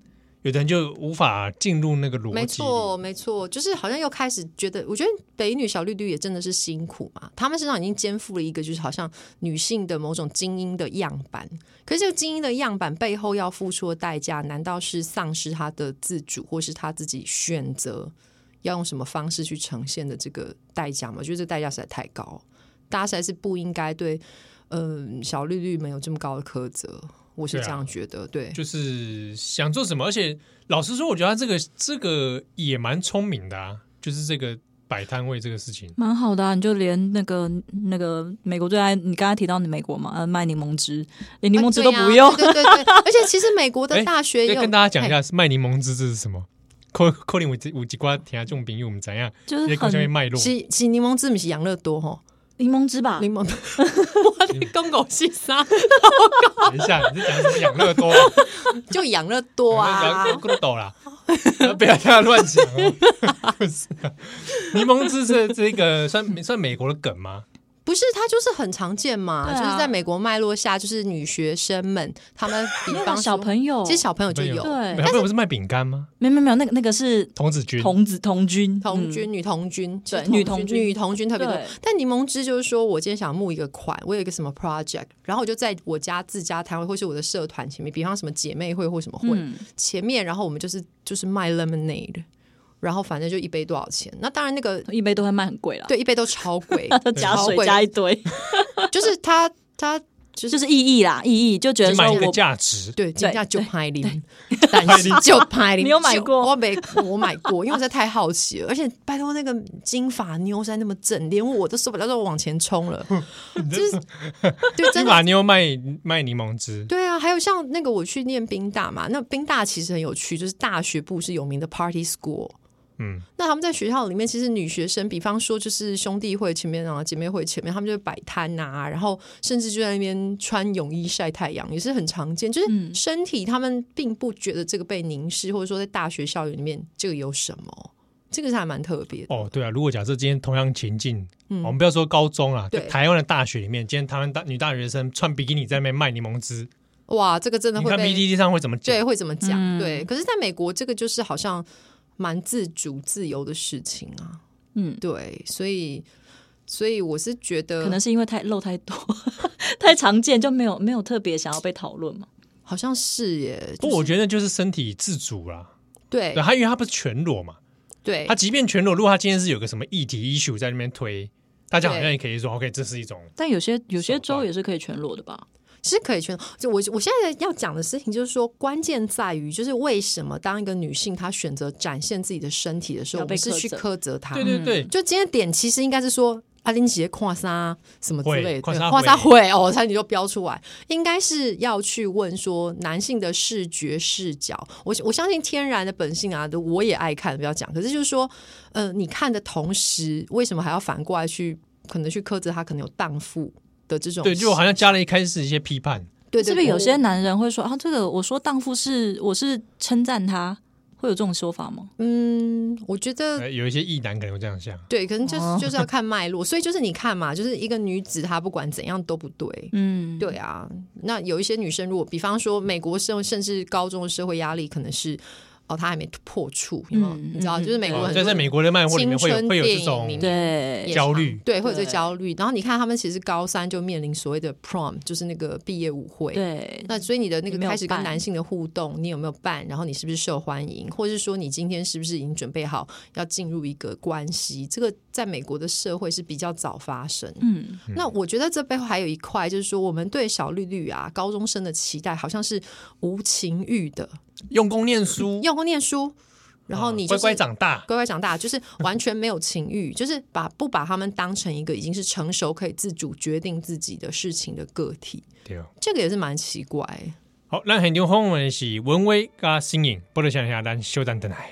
A: 有的人就无法进入那个逻辑，
B: 没错，，没错，就是好像又开始觉得，我觉得北一女小绿绿也真的是辛苦嘛，他们身上已经肩负了一个就是好像女性的某种精英的样板，可是这个精英的样板背后要付出的代价，难道是丧失她的自主，或是她自己选择要用什么方式去呈现的这个代价吗？我觉得这代价实在太高，大家实在是不应该对，嗯、小绿绿们有这么高的苛责，我是
A: 对啊
B: 这样觉得，对，
A: 就是想做什么，而且老实说，我觉得他这个这个也蛮聪明的啊，就是这个摆摊位这个事情，
C: 蛮好的啊，你就连那个那个美国最爱，你刚才提到你美国嘛，呃，卖柠檬汁，连柠檬汁都不用
B: 啊，对呀对对对对，而且其实美国
A: 哎
B: 的大学也
A: 再
B: 有
A: 跟大家讲一下，卖柠檬汁这是什么？扣扣零五几五几瓜甜下重饼，因为我们怎样
C: 就
A: 在
C: 是
A: 下面
C: 很
A: 脉络
B: 嘿，是是柠檬汁，不是养乐多吼，
C: 柠檬汁吧，
B: 柠檬，我的公狗是啥？
A: 等一下你在讲什么养乐多啊？
B: 就养乐多啊，
A: 咕噜抖啦，不要这样乱讲哦。 不是啊柠檬汁是这个算算美国的梗吗？
B: 不是它就是很常见嘛，
C: 对啊
B: 就是在美国脉络下，就是女学生们她们，比方说
C: 小朋友，
B: 其实小朋友就有
C: 对
A: 小朋友不是卖饼干吗？
C: 没有没有没有，那个那个是
A: 童子军
C: 童子童军
B: 童
C: 嗯
B: 军、女童军，其实
C: 对女
B: 童
C: 童军
B: 女童军特别多
C: 对。
B: 但柠檬汁就是说我今天想募一个款，我有一个什么 project，然后我就在我家自家摊位或是我的社团前面，比方什么姐妹会或什么会，
C: 嗯
B: 前面，然后我们就是就是卖 lemonade，然后反正就一杯多少钱？那当然那个
C: 一杯都会卖很贵啦，
B: 对一杯都超 贵，
C: 加
B: 超
C: 水
B: 贵
C: 加一堆，
B: 就是他他
C: 就是意义啦，意义就觉得
A: 只买
C: 说
A: 一个
C: 我
A: 价值，
B: 对金价
C: 对
B: 九拍零，但 是九拍零，
C: 你有买过
B: 就我没，我买过，因为我实在太好奇了，而且拜托那个金发妞实在那么正，连我都受不了，让我往前冲了，就是对
A: 金
B: 真的
A: 发妞卖卖柠檬汁，
B: 对啊，还有像那个我去念宾大嘛，那宾大其实很有趣，就是大学部是有名的 party school。
A: 嗯，
B: 那他们在学校里面，其实女学生，比方说就是兄弟会前面啊、姐妹会前面，他们就会摆摊啊，然后甚至就在那边穿泳衣晒太阳，也是很常见。就是
C: 嗯
B: 身体，他们并不觉得这个被凝视，或者说在大学校园里面这个有什么，这个是还蛮特别的。
A: 哦，对啊，如果假设今天同样情境，哦
B: 嗯
A: 我们不要说高中啊，在
B: 对
A: 台湾的大学里面，今天台湾大女大学生穿比基尼在那边卖柠檬汁，
B: 哇，这个真的
A: 你
B: 会
A: 看
B: 被
A: PPT 上会怎么
B: 对
A: 讲？
B: 会怎么讲？
C: 嗯
B: 对，可是在美国，这个就是好像蛮自主、自由的事情啊。
C: 嗯，
B: 对，所以，所以我是觉得
C: 可能是因为太漏太多， 太常见就没有没有特别想要被讨论嘛，
B: 好像是耶，
A: 不，我觉得就是身体自主啦。
B: 对
A: 对，他因为他不是全裸嘛，
B: 对
A: 他，即便全裸，如果他今天是有个什么议题 issue 在那边推，大家好像也可以说 OK，这是一种
C: 但有些有些
A: 手
C: 州
A: 段
C: 也是可以全裸的吧？
B: 是可以全。就我我现在要讲的事情，就是说，关键在于，就是为什么当一个女性她选择展现自己的身体的时候，
C: 要
B: 我
C: 被
B: 们是
C: 苛
B: 去
C: 责
B: 苛责她。
A: 对对对，
B: 就今天点其实应该是说。阿玲姐跨沙什么之
A: 会
B: 类的，
A: 跨
B: 对
A: 沙
B: 跨沙
A: 会
B: 会哦，差点就标出来，应该是要去问说男性的视觉视角。我我相信天然的本性啊，我也爱看，不要讲。可是就是说，呃，你看的同时，为什么还要反过来去可能去苛责他可能有荡妇的这种？
A: 对，就好像加了一开始一些批判，
B: 对对，
C: 是不是有
B: 我
C: 些男人会说啊，这个我说荡妇是我是称赞他，会有这种说法吗？
B: 嗯，我觉得
A: 呃有一些异男可能会这样想。
B: 对，可能就是、
C: 哦
B: 就是要看脉络，所以就是你看嘛，就是一个女子她不管怎样都不对。
C: 嗯，
B: 对啊，那有一些女生，如果比方说美国社会，甚至高中的社会压力，可能是哦，它还没破处，有没有
C: 嗯
B: 你知道，
C: 嗯
B: 就是美国
A: 哦
B: 很
A: 在
B: 多
A: 在美国的漫画里面会有
B: 青春
A: 会有这
B: 电影里
A: 种
B: 面
C: 对
B: 也
A: 焦
B: 常
A: 虑
B: 对，会有这
C: 对
B: 焦虑。然后你看，他们其实高三就面临所谓的 prom，就是那个毕业舞会。
C: 对，
B: 那所以你的那
C: 有
B: 个
C: 没有
B: 开始跟
C: 办
B: 男性的互动，你有没有办？然后你是不是受欢迎，或是说你今天是不是已经准备好要进入一个关系？这个在美国的社会是比较早发生。
C: 嗯，
B: 那我觉得这背后还有一块，就是说我们对小绿绿啊、高中生的期待好像是无情欲的，
A: 用功念书，
B: 用功念书，然后你、
A: 啊
B: 就
A: 乖
B: 是
A: 乖长大，
B: 乖乖长大，就是完全没有情欲， 就是把不把他们当成一个已经是成熟可以自主决定自己的事情的个体，
A: 对哦。
B: 这个也是蛮奇怪。
A: 好，咱现场访问的是文威加新颖，不如想下咱稍等等来。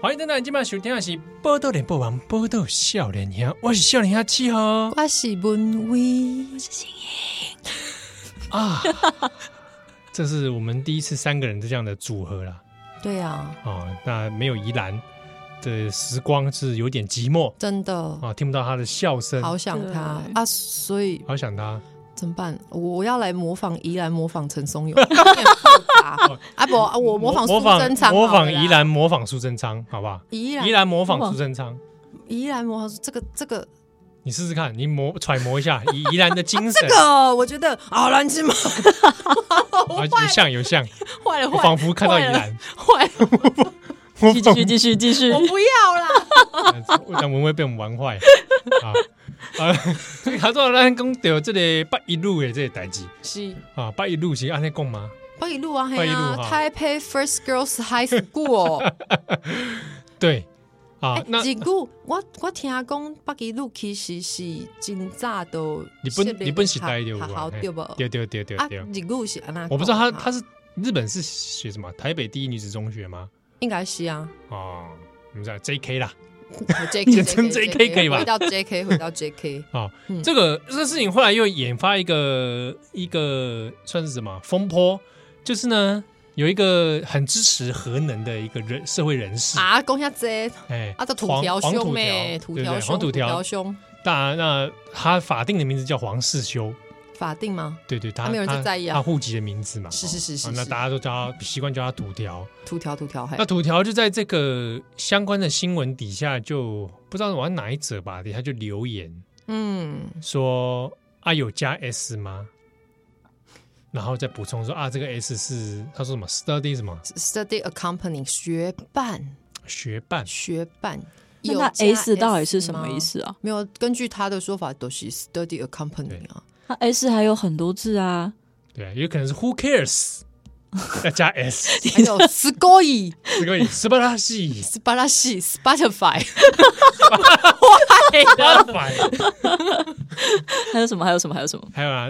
A: 欢迎登来，今晚收听的是《报道联播网》，报道少年兄，我是少年兄 七号
B: 我是文威，
A: 啊。这是我们第一次三个人的这样的组合啦，
B: 对啊，
A: 啊，那没有宜兰的时光是有点寂寞
B: 真的
A: 啊，听不到他的笑声，
B: 好想他
C: 对
B: 啊，所以
A: 好想他。
B: 怎么办？我我要来模仿宜兰，模仿陈松勇，有 点复杂啊不，啊我模仿
A: 哦模
B: 苏
A: 仿
B: 贞昌，
A: 模仿宜，兰，模仿苏贞昌，好不好？
B: 宜
A: 宜
B: 兰，
A: 兰模仿
C: 模仿
A: 苏贞昌，
B: 宜兰模仿这个这个
A: 你试试看，你模揣摩一下宜宜兰的精神
B: 这，个，我觉得啊，兰芝麻
A: 啊，有像有像，
B: 坏 了
A: 我
B: 坏了
A: 仿佛看到宜
B: 坏了
A: 兰。
B: 坏了，
A: 我
C: 继
A: 仿
C: 续继续继续
B: 我， 不要啦。
A: 让文威被我们玩坏啊！啊， 他说咱讲到这个八一路的这个代志
B: 是
A: 啊，八一路是安尼讲吗？
B: 八一路啊，
A: 八
B: 嘿
A: 一路
B: 啊
A: 哈
B: ，Taipei First Girls High School，
A: 对啊
B: 哎，
A: 那
B: 一句我我听讲八一路其实是真早都
A: 日本日本时代就有
B: 好好
A: 啊，嘿
B: 对不？啊，哦
A: 对对对对对，
B: 一句是安那？
A: 我不知道他他
B: 是
A: 是日本是学什么台北第一女子中学吗？
B: 应该是啊
A: 哦，我们讲 J.K. 啦，
B: 好 ，J
A: 简
B: K
A: 称 JK 可以吧
B: 回到 J K，回到 J K，
A: 啊
B: 嗯，
A: 这个这个事情后来又引发一个一个算是什么风波，就是呢有一个很支持核能的一个人社会人士，
B: 啊，讲下这
A: 哎，
B: 啊，这土
A: 黄
B: 条
A: 黄
B: 兄
A: 土
B: 咩？
A: 条
B: 土
A: 对不
B: 条
A: 对
B: 兄，
A: 黄土条
B: 兄，
A: 那那他法定的名字叫黄世修，
B: 法定吗？
A: 对对，他
B: 啊没有人
A: 他
B: 在意啊
A: 他户籍的名字嘛，
B: 是是是是
A: 哦那
B: 是
A: 大家都叫他习惯叫他土条。
B: 土条土条，嘿
A: 那，土条就在这个相关的新闻底下就，不知道往哪一则吧，底下就留言
B: 嗯，
A: 说啊有加 S 吗？然后再补充说啊这个 S 是他说什么 study 什么
B: study accompany 学伴
A: 学伴
B: 学伴。
C: 那
B: 有
C: 那
B: 加
C: S 到底是什么
B: 吗
C: 意？思啊？
B: 没有，根据他的说法都是 study accompany 啊。
C: 那 S 还有很多字啊，
A: 对，有可能是 who cares 要加 S
B: 还 有 scoy
A: 这个斯巴拉西
B: s p a r a s h Spotify
A: 斯巴拉西
C: 还有什么还有什么还有什么？
A: 还有啊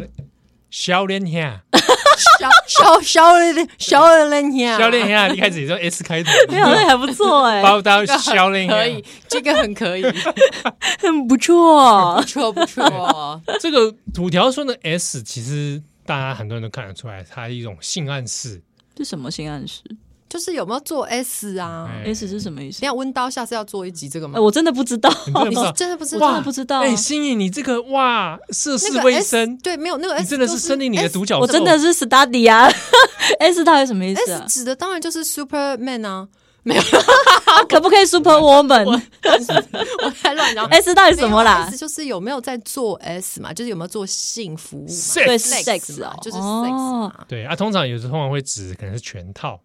A: 小脸兄。
B: 小小小人小人呀，
A: 教练呀，一开始也说 S 开头，
C: 啊 没有， 那还不错哎、
A: 包到教练
B: 可以
A: 呀，，
B: 这个很可以，不
C: 很不错。
B: 错哦不错。
A: 这个土条说的 S，其实大家很多人都看得出来，它一种性暗示。
C: 这什么性暗示
B: 就是有没有做 S 啊？
A: 哎
C: ？S 是什么意思
B: 你？看温刀下次要做一集这个
C: 哎
B: 吗？
C: 我真的不知道，
A: 你哎真的不
B: 你
A: 知道
B: 是真的不知
C: 哦我真
B: 道
C: 的不知道啊、
A: 哎，心颖，你这个哇，涉世
B: 那个
A: 未
B: S
A: 深，
B: 对，没有那个
A: 你
B: S
A: 真的
B: 就是
A: 森林里的独角兽。
C: 我真的是 study 啊，S 到底什么意思
B: S
C: 啊？
B: 指的当然就是 Superman 啊，
C: 啊可不可以 super woman？S
B: 我在乱讲。
C: 到底什么啦
B: 意思？就是有没啊有在做 S 嘛，就是有没有做性服务嘛
A: Sex
C: 对
B: sex
C: ，sex
B: 嘛
C: 哦，
B: 就是 sex
C: 哦
B: 嘛。
A: 对啊，通常有时候通常会指可能是全套，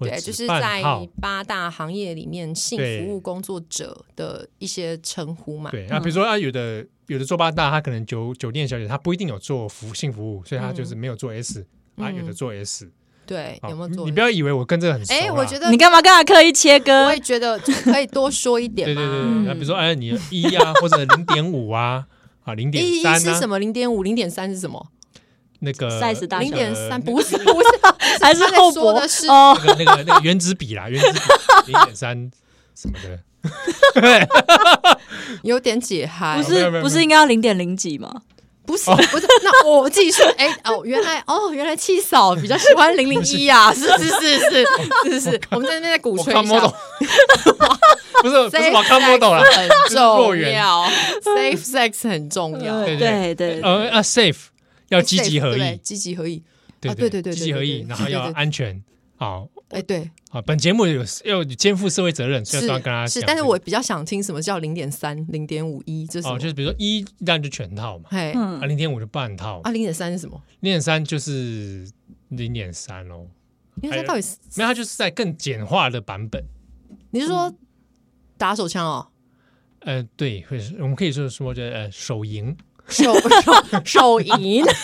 A: 或者
B: 对，就是
A: 指半
B: 在
C: 嗯
A: 套。
B: 八大行业里面，性
A: 对
B: 服务工作者的一些称呼嘛。
A: 对啊，比如说啊，有的有的做八大，他可能酒酒店小姐，她不一定有做服务性服务，所以她就是没有做 S 啊，
C: 嗯
A: 有的做 S。
B: 对，
A: 好
B: 有没有做？
A: 你不要以为我跟这个很熟啦。
B: 哎，我觉得
C: 你干嘛跟他刻意切
B: 我
C: 割
B: 也？觉得就可以多说一点
A: 对
B: 嘛。
A: 对对对，那比
B: 嗯
A: 如说哎，你一啊，或者零点五啊，啊零点
B: 一一
A: 三
B: 是什
A: 啊，
B: 么？零点五、零点三是什么？
A: 那个
C: size 大
B: 零
A: 那
C: 小呃
B: 点
A: 个
B: 三
A: 那
B: 不 是不是，
C: 还是
B: 他在
C: 厚
B: 说
C: 薄
B: 的是
C: 哦，
A: 那个那个那个原子笔啦，原子笔零点三什么的，
B: 有点解嗨
C: 不，
A: 哎没有没
C: 是哦
A: 有
C: 不
A: 没有
C: 是应该要零点零几吗？
B: 不是不是，那我自己说，哎、哦，原来哦，原来七嫂比较喜欢零零一 啊，是是是是是是，我们在那边在鼓
A: 我
B: 吹
A: 看
B: 一
A: 不
B: 下，
A: 懂，不是不是我看不懂啦
B: 很
A: 弱
B: 重
A: 元
B: 要，safe sex 很重要，
A: 对
C: 对对，
B: 哦
A: 呃啊 safe 要积极
B: Safe，
A: 合
B: 对
A: 意，
B: 积极合意，
A: 对
B: 啊对对对对
A: 积极合
B: 对
A: 意
B: 对，对
A: 然后要
B: 对对对
A: 安全，好
B: 哎、对，
A: 啊，本节目有要肩负社会责任，所以
B: 是
A: 要跟大家
B: 是，
A: 讲
B: 但是
A: 这个
B: 我比较想听什么叫零点三、零点五一，这是什
A: 哦，
B: 么
A: 就是比如说一那就全套嘛，
B: 嘿，
C: 嗯
A: 啊零点五就半套，
B: 啊，零点三是什么？
A: 零点三就是零点三哦，
B: 零点三到底是？
A: 没有，它就是在更简化的版本。
B: 你是
A: 嗯
B: 说打手枪哦？
A: 呃，对，会是我们可以说说这呃手淫，
B: 手手手淫？
C: 嗯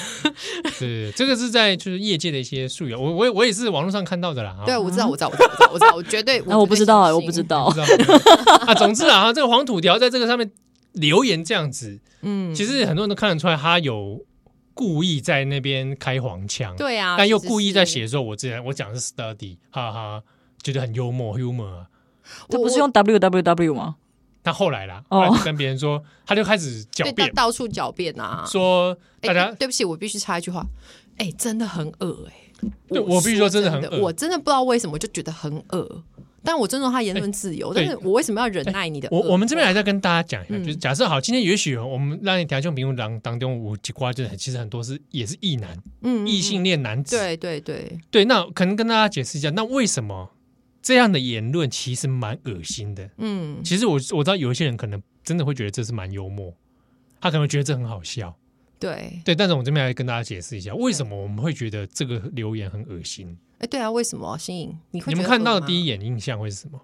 A: 对， 这个是在就是业界的一些术语，我我也我也是网络上看到的啦。啊
B: 对，我知道，我知道，我知道，我知道，我知道，我绝对，
C: 那我不知道哎，我不知
B: 道。
A: 不
C: 道，
A: 知道啊，总之啊， 这个黄土条在这个上面留言这样子，
B: 嗯，
A: 其实很多人都看得出来，他有故意在那边开黄腔，、
B: 对啊，
A: 但又
B: 其实
A: 故意在
B: 是
A: 写说，我之前我讲的是 study，哈哈，觉得很幽默 humor 啊。
B: 我
C: 他不是用 W W W 吗？
A: 他后来啦，
C: 哦
A: 后来就跟别人说，他就开始狡
B: 对
A: 辩
B: 到，到处狡辩啊。
A: 说
B: 哎
A: 大家
B: 对对不起，我必须插一句话，哎，真的很恶哎。
A: 对我必须说
B: 真
A: 真的很恶
B: 我真的不知道为什么我就觉得很恶。但我尊重他言论自由，但
A: 哎对哎
B: 是我为什么要忍耐你的恶？
A: 我我们这边还在跟大家讲一下，
B: 嗯
A: 就是假设好，今天也许我们让你条件评论当当中，我几瓜就是其实很多是也是异男、
B: 嗯嗯
A: 异性恋男子，
B: 对对对，
A: 对那可能跟大家解释一下，那为什么这样的言论其实蛮恶心的？
B: 嗯，
A: 其实我我知道有一些人可能真的会觉得这是蛮幽默，他可能会觉得这很好笑，
B: 对，
A: 对，但是我们这边来跟大家解释一下，为什么我们会觉得这个留言很恶心？
B: 哎，对啊，为什么新颖？你会
A: 你们
B: 觉得
A: 看到
B: 恶
A: 的
B: 吗
A: 第一，眼印象会是什么？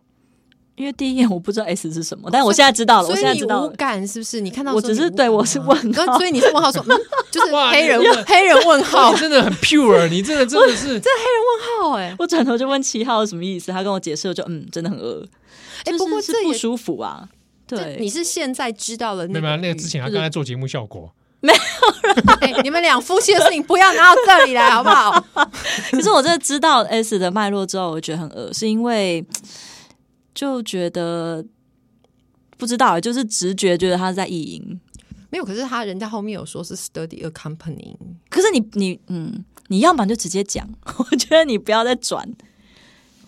C: 因为第一眼我不知道 S 是什么，但我现在知道了，我
B: 哦所
C: 现在
B: 以
C: 知
B: 你
C: 道
B: 无
C: 了。
B: 感是不是？你看到
C: 我
B: 的时候
C: 只是
B: 你无
C: 对
B: 感
C: 我是
B: 吗
C: 问
B: 跟
C: 号
B: 所以你是问号说， 嗯就是
A: 哇
B: 黑人
A: 你这
B: 问黑人问号
A: 你，真的很 pure，你真的真的是
B: 号 哎
C: 我转头就问七号是什么意思，他跟我解释，我就嗯，真的很饿，
B: 哎，
C: 就
B: 不过
C: 是
B: 这
C: 是不
B: 也
C: 舒服啊。
B: 这
C: 对，
B: 你是现在知道了
A: 没
B: 那嗯
A: 有没有，那个之前他
C: 就
A: 刚
C: 是
A: 才做节目效果。
B: 哎，你们俩夫妻的事情不要拿到这里来，好不好？
C: 可是我真的知道 S 的脉络之后，我觉得很恶，是因为就觉得不知道，就是直觉觉得他是在意淫。
B: 没有，可是他人家后面有说是 study accompanying，
C: 可是你你嗯，你要么就直接讲，我觉得你不要再转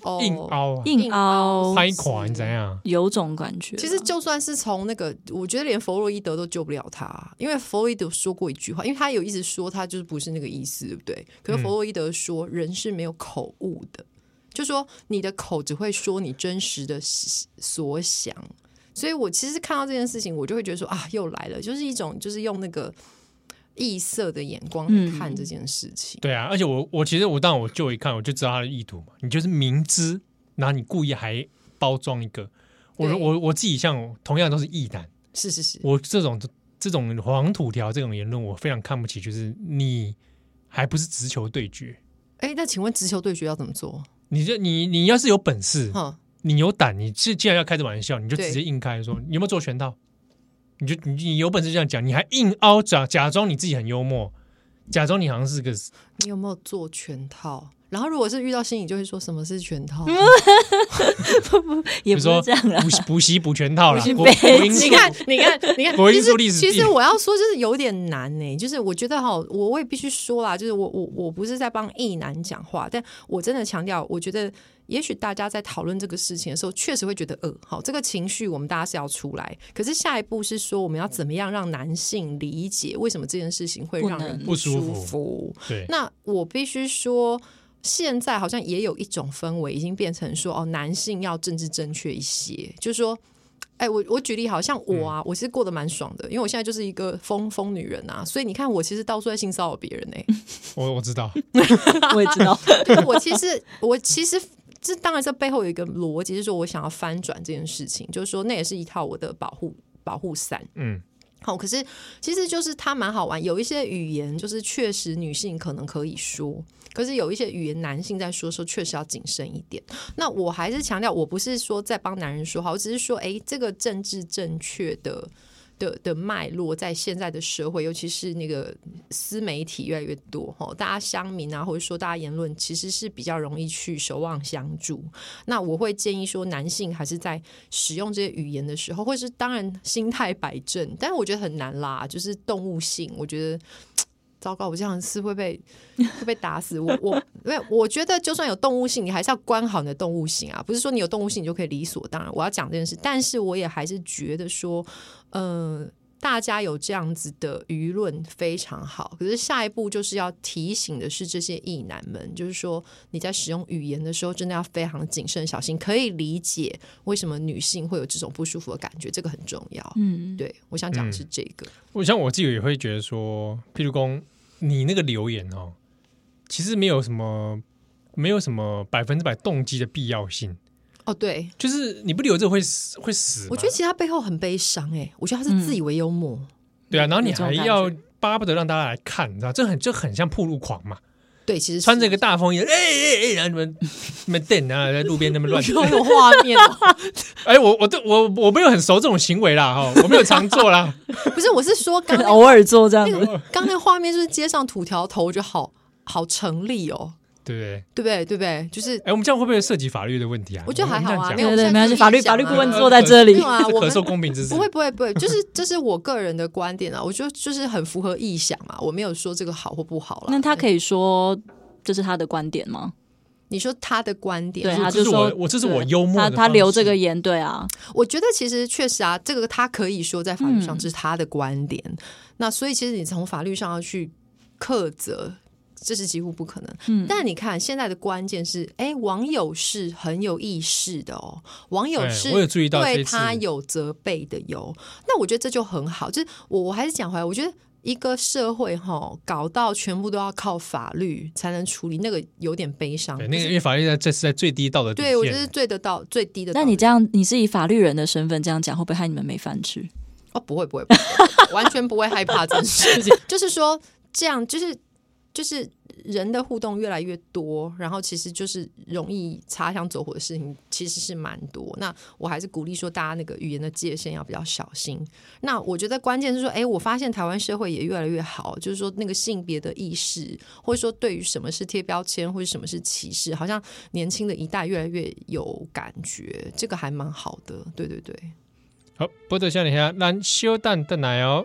B: 哦
A: 硬凹、啊、
C: 硬凹
A: 拍款怎样？
C: 有种感觉啊。
B: 其实就算是从那个，我觉得连弗洛伊德都救不了他，啊因为弗洛伊德说过一句话，因为他有一直说他就是不是那个意思，对不对？可是弗洛伊德说，人是没有口误的，就说你的口只会说你真实的所想。所以我其实看到这件事情，我就会觉得说啊，又来了，就是一种就是用那个异色的眼光去看这件事情。
A: 对啊，而且我我其实我当然我就一看我就知道他的意图嘛，你就是明知，然后你故意还包装一个。我
B: 对
A: 我我自己像同样都是异男，
B: 是是是，
A: 我这种这种黄土条这种言论，我非常看不起。就是你还不是直球对决，
B: 哎，那请问直球对决要怎么做？
A: 你这你你要是有本事，
B: 哈，
A: 你有胆，你是既然要开这玩笑，你就
B: 对
A: 直接硬开说你有没有做全套？你就你你有本事这样讲，你还硬凹假假装你自己很幽默，假装你好像是个
B: 你有没有做全套？然后如果是遇到心理，就会说什么是全套？
C: 也
A: 比
C: 不
A: 如说
C: 是这样啦啊
A: 补。习补习补全 套啦，
C: 补习
A: 国
C: 背
A: 国英
B: 你
A: 数
B: 看，你看，你看，
A: 国英
B: 其实
A: 数历史地
B: 其实我要说，就是有点难呢、就是我觉得哈，我我也必须说啦，就是我我我不是在帮异男讲话，但我真的强调，我觉得也许大家在讨论这个事情的时候，确实会觉得呃，好，这个情绪我们大家是要出来。可是下一步是说，我们要怎么样让男性理解为什么这件事情会
C: 不
B: 让人
C: 能
A: 不舒
B: 舒
A: 服
B: 服
A: 对，
B: 那我必须说，现在好像也有一种氛围，已经变成说哦，男性要政治正确一些，就是说。哎，我我举例，好像我啊，我其实过得蛮爽的，因为我现在就是一个疯疯女人啊，所以你看，我其实到处在性骚扰别人欸呢、
A: 我我知道，
C: 我也知 道，
B: 对我其实我其实这当然这背后有一个逻辑，是说我想要翻转这件事情，就是说那也是一套我的保护保护伞。
A: 嗯，
B: 好，可是其实就是它蛮好玩，有一些语言就是确实女性可能可以说，可是有一些语言男性在说的时候确实要谨慎一点。那我还是强调，我不是说在帮男人说话，我只是说，诶，这个政治正确的的的脉络，在现在的社会，尤其是那个私媒体越来越多哈，大家乡民啊，或者说大家言论，其实是比较容易去守望相助。那我会建议说，男性还是在使用这些语言的时候，或者是当然心态摆正，但是我觉得很难啦，就是动物性，我觉得。糟糕，我这样是会被 会被打死。我我没有，我觉得就算有动物性，你还是要关好你的动物性啊，不是说你有动物性你就可以理所当然。我要讲这件事，但是我也还是觉得说，嗯、大家有这样子的舆论非常好，可是下一步就是要提醒的是这些异男们，就是说你在使用语言的时候，真的要非常谨慎小心。可以理解为什么女性会有这种不舒服的感觉，这个很重要。
C: 嗯，
B: 对，我想讲的是这个，
A: 我像我自己也会觉得说，譬如说你那个留言哦，其实没有什么没有什么百分之百动机的必要性，
B: 哦，对，
A: 就是你不留这会死会死嘛。
B: 我觉得其实他背后很悲伤哎、我觉得他是自以为幽默。
A: 对啊，然后你
C: 有这种
A: 还
C: 感觉
A: 要巴不得让大家来看，你知道，这很这很像铺路狂嘛，
B: 对，其实
A: 穿着一
B: 个
A: 个大风衣，哎哎哎，然后你 们你们瞪啊，在路边那么乱，
B: 有有画面哦、
A: 哎，我我对我我没有很熟这种行为啦，哈，我没有常做啦，
B: 不是，我是说刚
A: 哦
C: 偶尔做这样
B: 那
C: 子，
B: 个刚那个画面，就是街上土条头，我觉得好好成立哦，
A: 对不对？
B: 对不对？对不对？就是
A: 哎，我们这样会不会涉及法律的问题啊？
B: 我觉得还好啊
A: 我们这
B: 没有
A: 样
C: 对
A: 讲
B: 我们
C: 对，
B: 现在
C: 没关系，
B: 就是
C: 法律
B: 讲
C: 法律
B: 啊
C: 顾问坐在这
B: 没
C: 里
B: 有，啊，
A: 这
B: 我
A: 可
B: 们
A: 受公平之事
B: 不。会不会不会，就是 这是我个人的观点啊，我觉得就是很符合意想啊嘛，我没有说这个好或不好啦。
C: 那他可
B: 以，
C: 以说这是他的观点吗？
B: 你说他的观点，
C: 对，啊
A: 这
C: 他
A: 是
C: 就
A: 我
C: 说
A: 我这是我
C: 对
A: 幽默
C: 他
A: 的
C: 他
A: 方
C: 留
A: 式
C: 这个言，对啊，
B: 我觉得其实确实啊，这个他可以说在法律
C: 嗯
B: 上这是他的观点，那所以其实你从法律上要去苛责。这是几乎不可能，
C: 嗯
B: 但你看现在的关键是，哎，网友是很有意识的哦，网友
A: 哎
B: 是
A: 我有注意到这
B: 对
A: 一次
B: 他有责备的哟。那我觉得这就很好，就是我我还是讲回来，我觉得一个社会哈、搞到全部都要靠法律才能处理，那个有点悲伤。
A: 对，
B: 可
A: 哎那
B: 是
A: 个因为法律在这是在最低道德底线。
B: 对我觉得是最得到最低的道
C: 那
B: 德。
C: 你这样，你是以法律人的身份这样讲，会不会害你们没饭吃？
B: 哦，不会不会，不会完全不会害怕这件事情。 就是说，这样就是就是人的互动越来越多，然后其实就是容易擦枪走火的事情其实是蛮多。那我还是鼓励说，大家那个语言的界限要比较小心。那我觉得关键是说，哎，我发现台湾社会也越来越好，就是说那个性别的意识，或者说对于什么是贴标签，或者什么是歧视，好像年轻的一代越来越有感觉，这个还蛮好的。对对对。
A: 好，波特笑脸侠，咱小蛋蛋来哦。